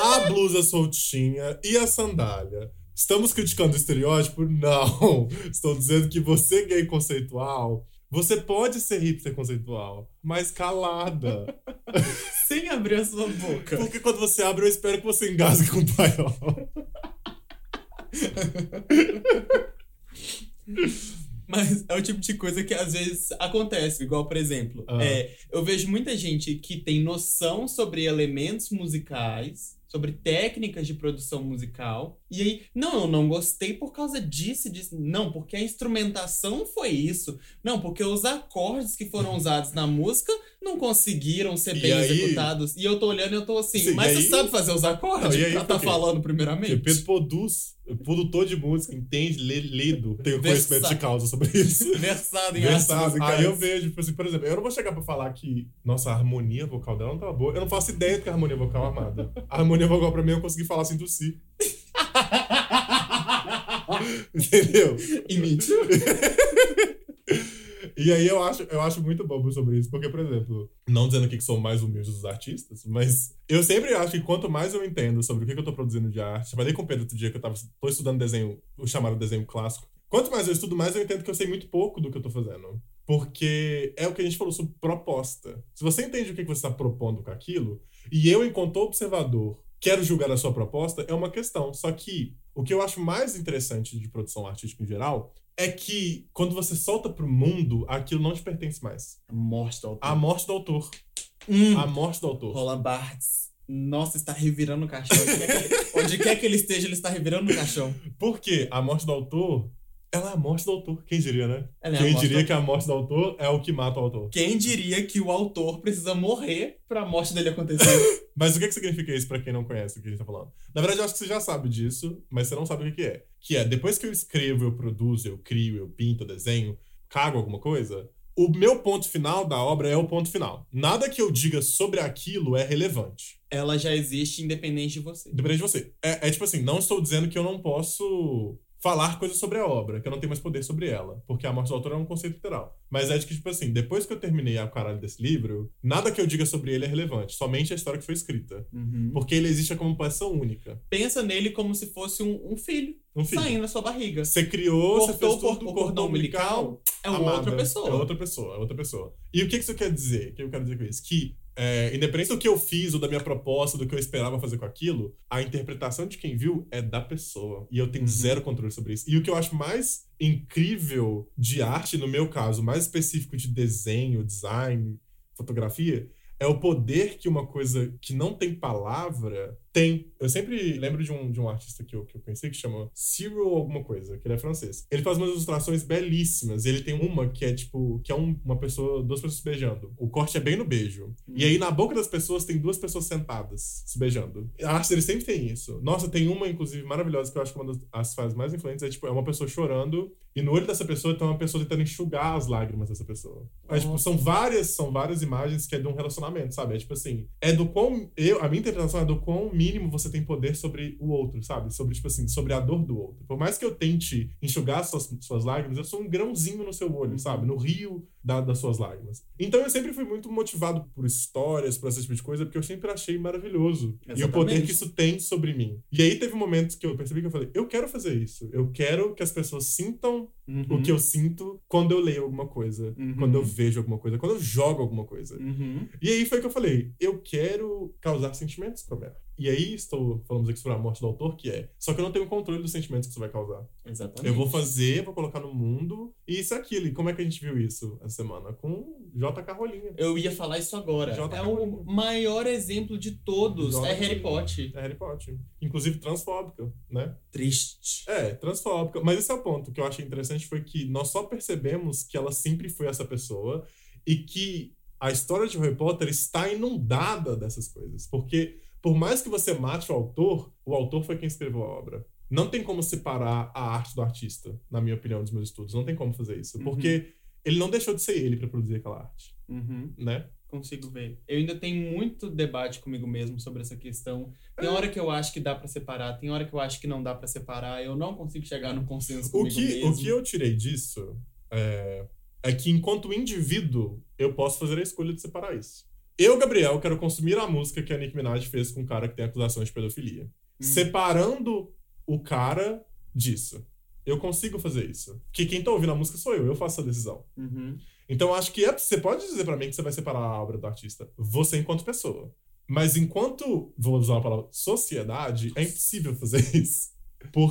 a blusa soltinha e a sandália. Estamos criticando o estereótipo? Não. Estou dizendo que você gay conceitual, você pode ser hipster conceitual, mas calada. Sem abrir a sua boca. Porque quando você abre, eu espero que você engasgue com o paiol. Mas é o tipo de coisa que às vezes acontece. Igual, por exemplo, Ah. é, eu vejo muita gente que tem noção sobre elementos musicais, sobre técnicas de produção musical. E aí, não, eu não gostei por causa disso, e disso. Não, porque a instrumentação foi isso. Não, porque os acordes que foram usados na música não conseguiram ser E bem aí- executados. E eu tô olhando e eu tô assim, Sim, mas e você aí- sabe fazer os acordes? Não, e aí pra por tá quê? Tipo, falando primeiramente. Porque Pedro produz, produtor de música, entende, lê, lido, tem Versa- conhecimento de causa sobre isso. Versado em artes Versátil. musicais. Aí eu vejo, tipo assim, por exemplo, eu não vou chegar pra falar que, nossa, a harmonia vocal dela não tava boa. Eu não faço ideia do que é harmonia vocal amada. A harmonia vocal pra mim eu consegui falar assim, sem tossir. Entendeu? Imite. E aí eu acho, eu acho muito bobo sobre isso, porque, por exemplo, não dizendo aqui que sou mais humilde dos artistas, mas eu sempre acho que quanto mais eu entendo sobre o que que eu tô produzindo de arte, falei com o Pedro outro dia que eu tava, tô estudando desenho, o chamado desenho clássico. Quanto mais eu estudo, mais eu entendo que eu sei muito pouco do que eu tô fazendo. Porque é o que a gente falou sobre proposta. Se você entende o que que você está propondo com aquilo, e eu, enquanto observador, quero julgar a sua proposta, é uma questão. Só que o que eu acho mais interessante de produção artística em geral é que quando você solta pro mundo, aquilo não te pertence mais. Mostra o A morte do autor. Hum. A morte do autor. Roland Barthes. Nossa, está revirando o caixão. Onde quer, que ele, onde quer que ele esteja, ele está revirando o caixão. Por quê? A morte do autor, ela é a morte do autor. Quem diria, né? Ela é a Quem morte diria do- que a morte do autor é o que mata o autor. Quem diria que o autor precisa morrer pra morte dele acontecer? Mas o que, que significa isso pra quem não conhece o que a gente tá falando? Na verdade, eu acho que você já sabe disso, mas você não sabe o que, que é. Que é, depois que eu escrevo, eu produzo, eu crio, eu pinto, eu desenho, cago alguma coisa, o meu ponto final da obra é o ponto final. Nada que eu diga sobre aquilo é relevante. Ela já existe independente de você. Depende de você. É, é tipo assim, não estou dizendo que eu não posso falar coisas sobre a obra, que eu não tenho mais poder sobre ela, porque a morte do autor é um conceito literal. Mas é de que, tipo assim, depois que eu terminei a caralho desse livro, nada que eu diga sobre ele é relevante, somente a história que foi escrita. Uhum. Porque ele existe como peça única. Pensa nele como se fosse um, um filho Um filho. saindo da sua barriga. Você criou, você fez Cortou o tudo, cor- o cordão umbilical, É uma um Amada. outra pessoa. É outra pessoa, é outra pessoa. E o que que isso quer dizer? O que eu quero dizer com isso? Que, é, independente do que eu fiz ou da minha proposta, do que eu esperava fazer com aquilo, a interpretação de quem viu é da pessoa. E eu tenho Uhum. zero controle sobre isso. E o que eu acho mais incrível de arte, no meu caso, mais específico de desenho, design, fotografia, é o poder que uma coisa que não tem palavra tem. Eu sempre lembro de um, de um artista que eu, que eu conheci que chama Cyril alguma coisa, que ele é francês. Ele faz umas ilustrações belíssimas. e Ele tem uma que é tipo, que é um- uma pessoa, duas pessoas se beijando. O corte é bem no beijo. E aí na boca das pessoas tem duas pessoas sentadas se beijando. A arte dele sempre tem isso. Nossa, tem uma inclusive maravilhosa que eu acho que é uma das as fases mais influentes é tipo, é uma pessoa chorando e no olho dessa pessoa tem uma pessoa tentando enxugar as lágrimas dessa pessoa. Mas, tipo, são várias, são várias imagens que é de um relacionamento, sabe? É tipo assim, é do quão. Eu, a minha interpretação é do quão mínimo você tem poder sobre o outro, sabe? Sobre, tipo assim, sobre a dor do outro. Por mais que eu tente enxugar suas, suas lágrimas, eu sou um grãozinho no seu olho, sabe? No rio da- das suas lágrimas. Então eu sempre fui muito motivado por histórias, por esse tipo de coisa, porque eu sempre achei maravilhoso. E o Exatamente. poder que isso tem sobre mim. E aí teve momentos que eu percebi que eu falei, eu quero fazer isso. Eu quero que as pessoas sintam o que eu sinto quando eu leio alguma coisa, Uhum. quando eu vejo alguma coisa, quando eu jogo alguma coisa. Uhum. E aí foi que eu falei, eu quero causar sentimentos com a minha arte. E aí, estou falando aqui sobre a morte do autor, que é. Só que eu não tenho controle dos sentimentos que isso vai causar. Exatamente. Eu vou fazer, vou colocar no mundo. E isso é aquilo. E como é que a gente viu isso essa semana? Com J.K. Rolinha. Eu ia falar isso agora. J.K. É o maior exemplo de todos. J.K. É Harry Potter. É Harry Potter. Inclusive transfóbica, né? Triste. É, transfóbica. Mas esse é o ponto que eu achei interessante foi que nós só percebemos que ela sempre foi essa pessoa e que a história de Harry Potter está inundada dessas coisas. Porque por mais que você mate o autor, o autor foi quem escreveu a obra. Não tem como separar a arte do artista, na minha opinião, dos meus estudos. Não tem como fazer isso. Uhum. Porque ele não deixou de ser ele para produzir aquela arte, Uhum. né? Consigo ver. Eu ainda tenho muito debate comigo mesmo sobre essa questão. Tem hora que eu acho que dá pra separar, tem hora que eu acho que não dá pra separar. Eu não consigo chegar no consenso O comigo que, mesmo. o que eu tirei disso é, é que, enquanto indivíduo, eu posso fazer a escolha de separar isso. Eu, Gabriel, quero consumir a música que a Nicki Minaj fez com um cara que tem acusações de pedofilia. Hum. Separando o cara disso. Eu consigo fazer isso. Porque quem tá ouvindo a música sou eu, eu faço a decisão. Uhum. Então, acho que é- você pode dizer pra mim que você vai separar a obra do artista, você enquanto pessoa. Mas enquanto, vou usar a palavra sociedade, é impossível fazer isso.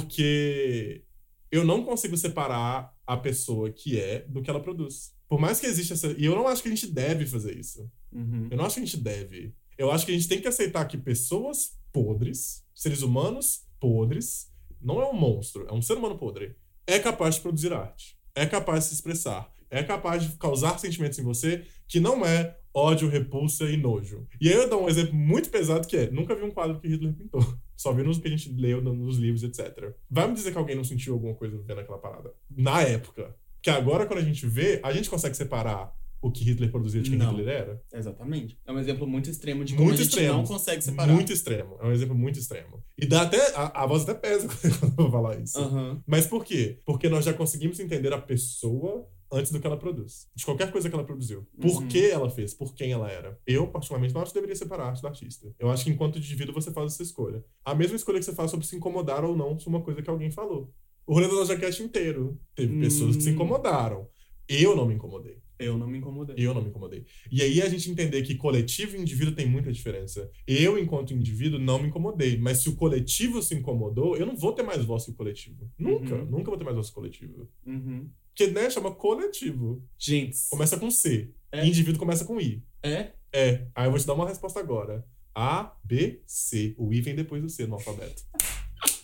Porque eu não consigo separar a pessoa que é do que ela produz. Por mais que exista essa. E eu não acho que a gente deve fazer isso. Uhum. Eu não acho que a gente deve. Eu acho que a gente tem que aceitar que pessoas podres, seres humanos podres, não é um monstro, é um ser humano podre, é capaz de produzir arte, é capaz de se expressar, é capaz de causar sentimentos em você que não é ódio, repulsa e nojo. E aí eu dou um exemplo muito pesado que é: nunca vi um quadro que Hitler pintou. Só vi nos que a gente leu no- nos livros, etc. Vai me dizer que alguém não sentiu alguma coisa vendo aquela parada? Na época. Que agora, quando a gente vê, a gente consegue separar o que Hitler produzia de quem Não. Hitler era? Exatamente. É um exemplo muito extremo de como Muito a gente extremo. não consegue separar. Muito extremo. É um exemplo muito extremo. E dá até. A, a voz até pesa quando eu vou falar isso. Aham. Mas por quê? Porque nós já conseguimos entender a pessoa antes do que ela produz. De qualquer coisa que ela produziu. Por Uhum. que ela fez? Por quem ela era? Eu, particularmente, não acho que deveria separar a arte do artista. Eu acho que enquanto indivíduo você faz essa escolha. A mesma escolha que você faz sobre se incomodar ou não sobre uma coisa que alguém falou. O rolê da jaquete inteiro. Teve Hum. pessoas que se incomodaram. Eu não me incomodei. Eu não me incomodei. Eu não me incomodei. E aí a gente entender que coletivo e indivíduo tem muita diferença. Eu, enquanto indivíduo, não me incomodei. Mas se o coletivo se incomodou, eu não vou ter mais voz que o coletivo. Nunca, Uhum. nunca vou ter mais voz que o coletivo. Uhum. Porque, né, chama coletivo. Gente. Começa com C. É. Indivíduo começa com I. É? É. Aí eu vou te dar uma resposta agora. A, B, C. O I vem depois do C no alfabeto.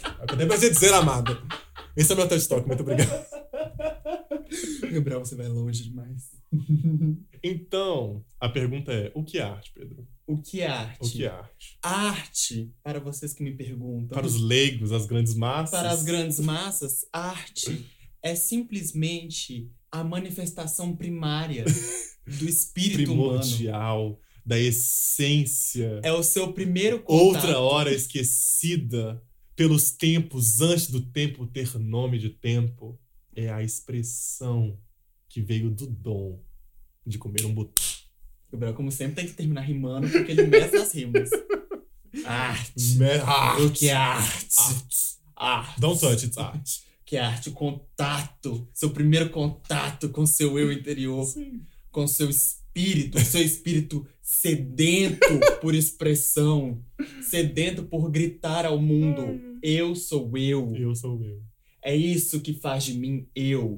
Até pra você dizer, amado. Esse é meu TED Talk, muito obrigado. Gabriel, você vai longe demais. Então, a pergunta é, o que é arte, Pedro? O que é arte? O que é arte? Arte, para vocês que me perguntam, Para os leigos, as grandes massas. para as grandes massas, arte é simplesmente a manifestação primária do espírito humano. primordial, da essência. É o seu primeiro contato. Outra hora esquecida pelos tempos, antes do tempo ter nome de tempo. É a expressão que veio do dom de comer um botão. Gabriel, como sempre, tem que terminar rimando, porque ele mexe nas rimas. Arte. O que é arte? Arte. Arte. Don't touch, it's art. Que é arte, o contato. Seu primeiro contato com seu eu interior. com seu espírito, seu espírito sedento por expressão, sedento por gritar ao Hum. mundo: eu sou eu. Eu sou o eu. É isso que faz de mim eu.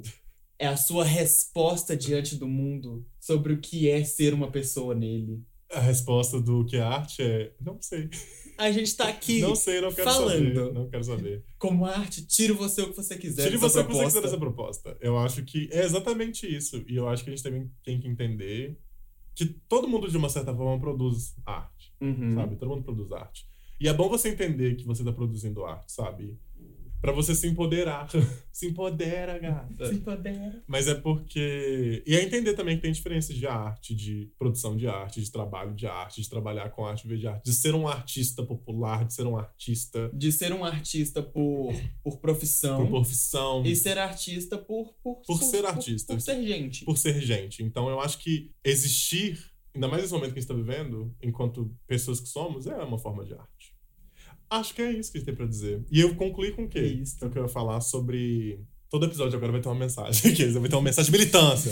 É a sua resposta diante do mundo sobre o que é ser uma pessoa nele. A resposta do que é arte é não sei. A gente tá aqui. não sei, não quero falando. saber. Não quero saber. Como arte, tira você o que você quiser. Tire dessa você o que você proposta. quiser dessa proposta. Eu acho que é exatamente isso. E eu acho que a gente também tem que entender que todo mundo, de uma certa forma, produz arte, Uhum. sabe? Todo mundo produz arte. E é bom você entender que você tá produzindo arte, sabe? Pra você se empoderar. se empodera, gata. Se empodera. Mas é porque. E é entender também que tem diferenças de arte, de produção de arte, de trabalho de arte, de trabalhar com arte, em vez de arte, de ser um artista popular, de ser um artista De ser um artista por, por profissão por profissão. e ser artista por. Por, Por ser artista. Por, ser gente. por ser gente. Então eu acho que existir, ainda mais nesse momento que a gente está vivendo, enquanto pessoas que somos, é uma forma de arte. Acho que é isso que a gente tem para dizer. E eu concluí com o quê? É isso. Então, que eu ia falar sobre Todo episódio agora vai ter uma mensagem. Aqueles, Vai ter uma mensagem de militância.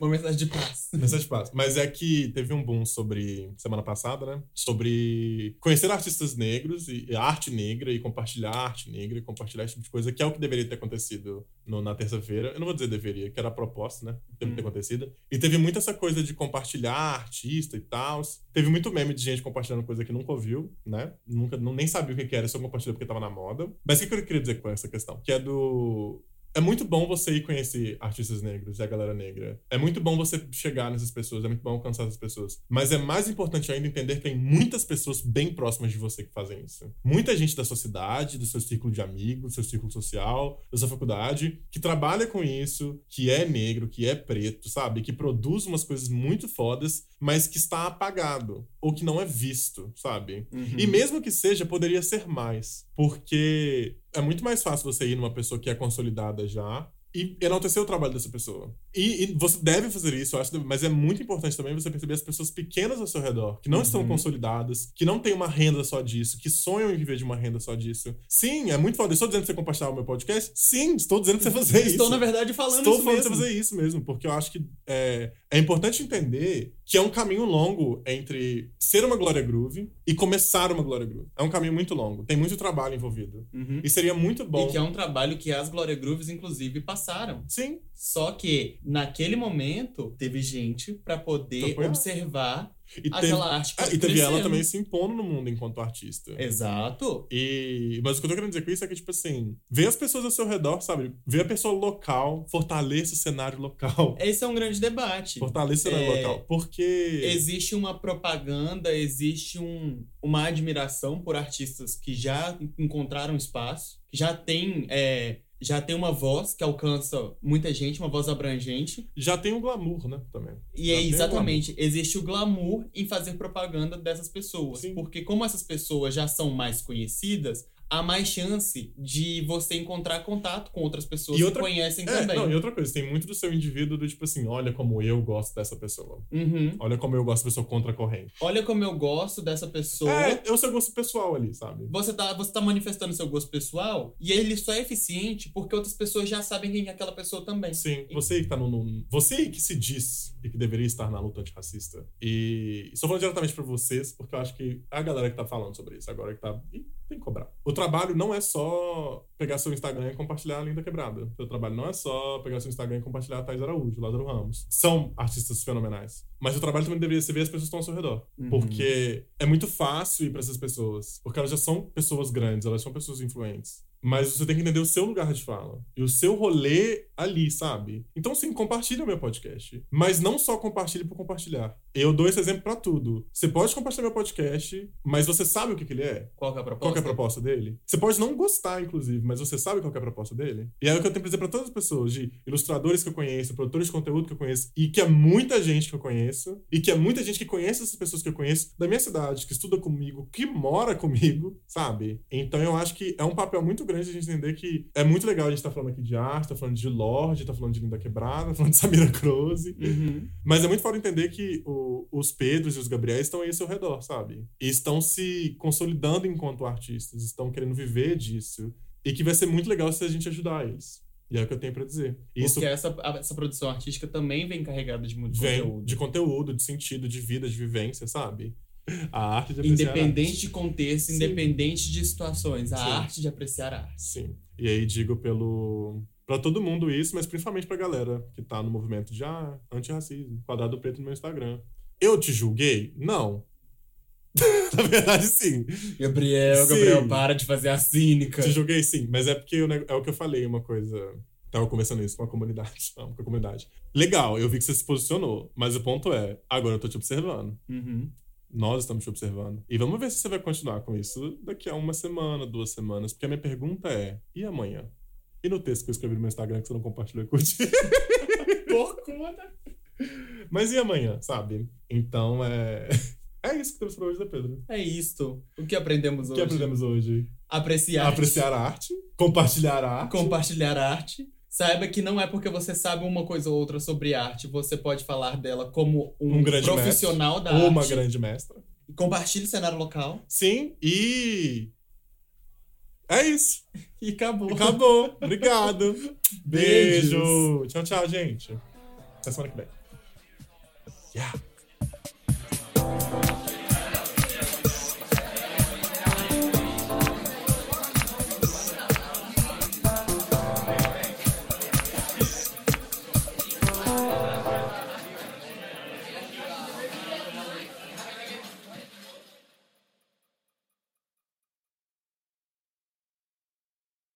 Uma mensagem de paz. mensagem de paz. Mas é que teve um boom sobre. Semana passada, né? Sobre conhecer artistas negros e e arte negra e compartilhar arte negra e compartilhar esse tipo de coisa, que é o que deveria ter acontecido no- na terça-feira. Eu não vou dizer deveria, que era a proposta, né? Deve ter Hum. acontecido. E teve muita essa coisa de compartilhar artista e tal. Teve muito meme de gente compartilhando coisa que nunca ouviu, né? Nunca, não, nem sabia o que que era, só compartilhou porque tava na moda. Mas o que que eu queria dizer com essa questão? Que é do é muito bom você ir conhecer artistas negros e a galera negra. É muito bom você chegar nessas pessoas, é muito bom alcançar essas pessoas. Mas é mais importante ainda entender que tem muitas pessoas bem próximas de você que fazem isso. Muita gente da sua cidade, do seu círculo de amigos, do seu círculo social, da sua faculdade, que trabalha com isso, que é negro, que é preto, sabe? Que produz umas coisas muito fodas, mas que está apagado ou que não é visto, sabe? Uhum. E mesmo que seja, poderia ser mais. Porque é muito mais fácil você ir numa pessoa que é consolidada já e enaltecer o trabalho dessa pessoa. E, e você deve fazer isso, eu acho, mas é muito importante também você perceber as pessoas pequenas ao seu redor, que não estão Uhum. consolidadas, que não têm uma renda só disso, que sonham em viver de uma renda só disso. Sim, é muito foda. Estou dizendo pra você compartilhar o meu podcast? Sim, estou dizendo pra você fazer É isso. Estou, na verdade, falando Estou isso falando mesmo. pra fazer isso mesmo, porque eu acho que é, é importante entender que é um caminho longo entre ser uma Glória Groove e começar uma Glória Groove. É um caminho muito longo, tem muito trabalho envolvido. Uhum. E seria muito bom. E que é um trabalho que as Glória Grooves, inclusive, passaram. Sim, Só que, naquele momento, teve gente pra poder Apoiar. observar Então e teve, aquela arte. ah, e teve ela crescendo. também se impondo no mundo enquanto artista. Exato. E, mas o que eu tô querendo dizer com isso é que, tipo assim, ver as pessoas ao seu redor, sabe? Ver a pessoa local, fortaleça o cenário local. Esse é um grande debate. Fortaleça o cenário É. local. Porque. Existe uma propaganda, existe um, uma admiração por artistas que já encontraram espaço, que já tem, é, já tem uma voz que alcança muita gente, uma voz abrangente. Já tem o glamour, né? Também. E Já é tem exatamente, existe o glamour em fazer propaganda dessas pessoas. Sim. Porque como essas pessoas já são mais conhecidas, há mais chance de você encontrar contato com outras pessoas E outra- que conhecem É, também. não, e outra coisa, tem muito do seu indivíduo do tipo assim, olha como eu gosto dessa pessoa. Uhum. Olha como eu gosto da pessoa contra a corrente. Olha como eu gosto dessa pessoa. É, é o seu gosto pessoal ali, sabe? Você tá, você tá manifestando seu gosto pessoal e ele só é eficiente porque outras pessoas já sabem quem é aquela pessoa também. Sim, você que tá no, no- Você que se diz e que deveria estar na luta antirracista. E estou falando diretamente pra vocês, porque eu acho que a galera que tá falando sobre isso agora que tá. Ih, tem que cobrar. O trabalho não é só pegar seu Instagram e compartilhar a linda quebrada. Seu trabalho não é só pegar seu Instagram e compartilhar a Thais Araújo, Lázaro Ramos. São artistas fenomenais. Mas o trabalho também deveria ser ver as pessoas que estão ao seu redor. Uhum. Porque é muito fácil ir pra essas pessoas. Porque elas já são pessoas grandes, elas são pessoas influentes. Mas você tem que entender o seu lugar de fala. E o seu rolê ali, sabe? Então, sim, compartilha o meu podcast. Mas não só compartilhe por compartilhar. Eu dou esse exemplo pra tudo. Você pode compartilhar meu podcast, mas você sabe o que, que ele é? Qual que é a proposta? Qual que é a proposta dele? Você pode não gostar, inclusive, mas você sabe qual que é a proposta dele? E é o que eu tenho pra dizer pra todas as pessoas, de ilustradores que eu conheço, produtores de conteúdo que eu conheço, e que é muita gente que eu conheço, e que é muita gente que conhece essas pessoas que eu conheço da minha cidade, que estuda comigo, que mora comigo, sabe? Então eu acho que é um papel muito grande a gente entender que é muito legal a gente tá falando aqui de arte, tá falando de Lorde, tá falando de Linda Quebrada, tá falando de Samira Close, Uhum. mas é muito foda entender que o- os Pedros e os Gabriéis estão aí ao seu redor, sabe? E estão se consolidando enquanto artistas, estão querendo viver disso. E que vai ser muito legal se a gente ajudar eles. E é o que eu tenho pra dizer. E Isso Porque é essa, a- essa produção artística também vem carregada de muito vem conteúdo. de conteúdo, de sentido, de vida, de vivência, sabe? A arte de apreciar a Independente arte. de contexto, Sim. independente de situações, a Sim. arte de apreciar a arte. Sim. E aí digo pelo. Pra todo mundo isso, mas principalmente pra galera que tá no movimento de ah, antirracismo, quadrado preto no meu Instagram. Eu te julguei? Não. Na verdade, sim. Gabriel, Sim. Gabriel, para de fazer a cínica. Te julguei sim, mas é porque o neg- é o que eu falei, uma coisa. Tava conversando isso com a comunidade. Não, com a comunidade. Legal, eu vi que você se posicionou, mas o ponto é, agora eu tô te observando. Uhum. Nós estamos te observando. E vamos ver se você vai continuar com isso daqui a uma semana, duas semanas. Porque a minha pergunta é: e amanhã? E no texto que eu escrevi no meu Instagram que você não compartilhou e curtiu? Por conta. Mas e amanhã, sabe? Então é. É isso que temos pra hoje, né, Pedro? É isto. O que aprendemos O hoje? que aprendemos hoje? Apreciar. Apreciar a arte, compartilhar a arte. compartilhar arte. Saiba que não é porque você sabe uma coisa ou outra sobre arte, você pode falar dela como um, Um grande profissional da ou uma arte. grande mestra. Compartilhe o cenário local. Sim, e. É isso. E acabou. Acabou. Obrigado. Beijos. Beijo. Tchau, tchau, gente. Até semana que vem. Yeah.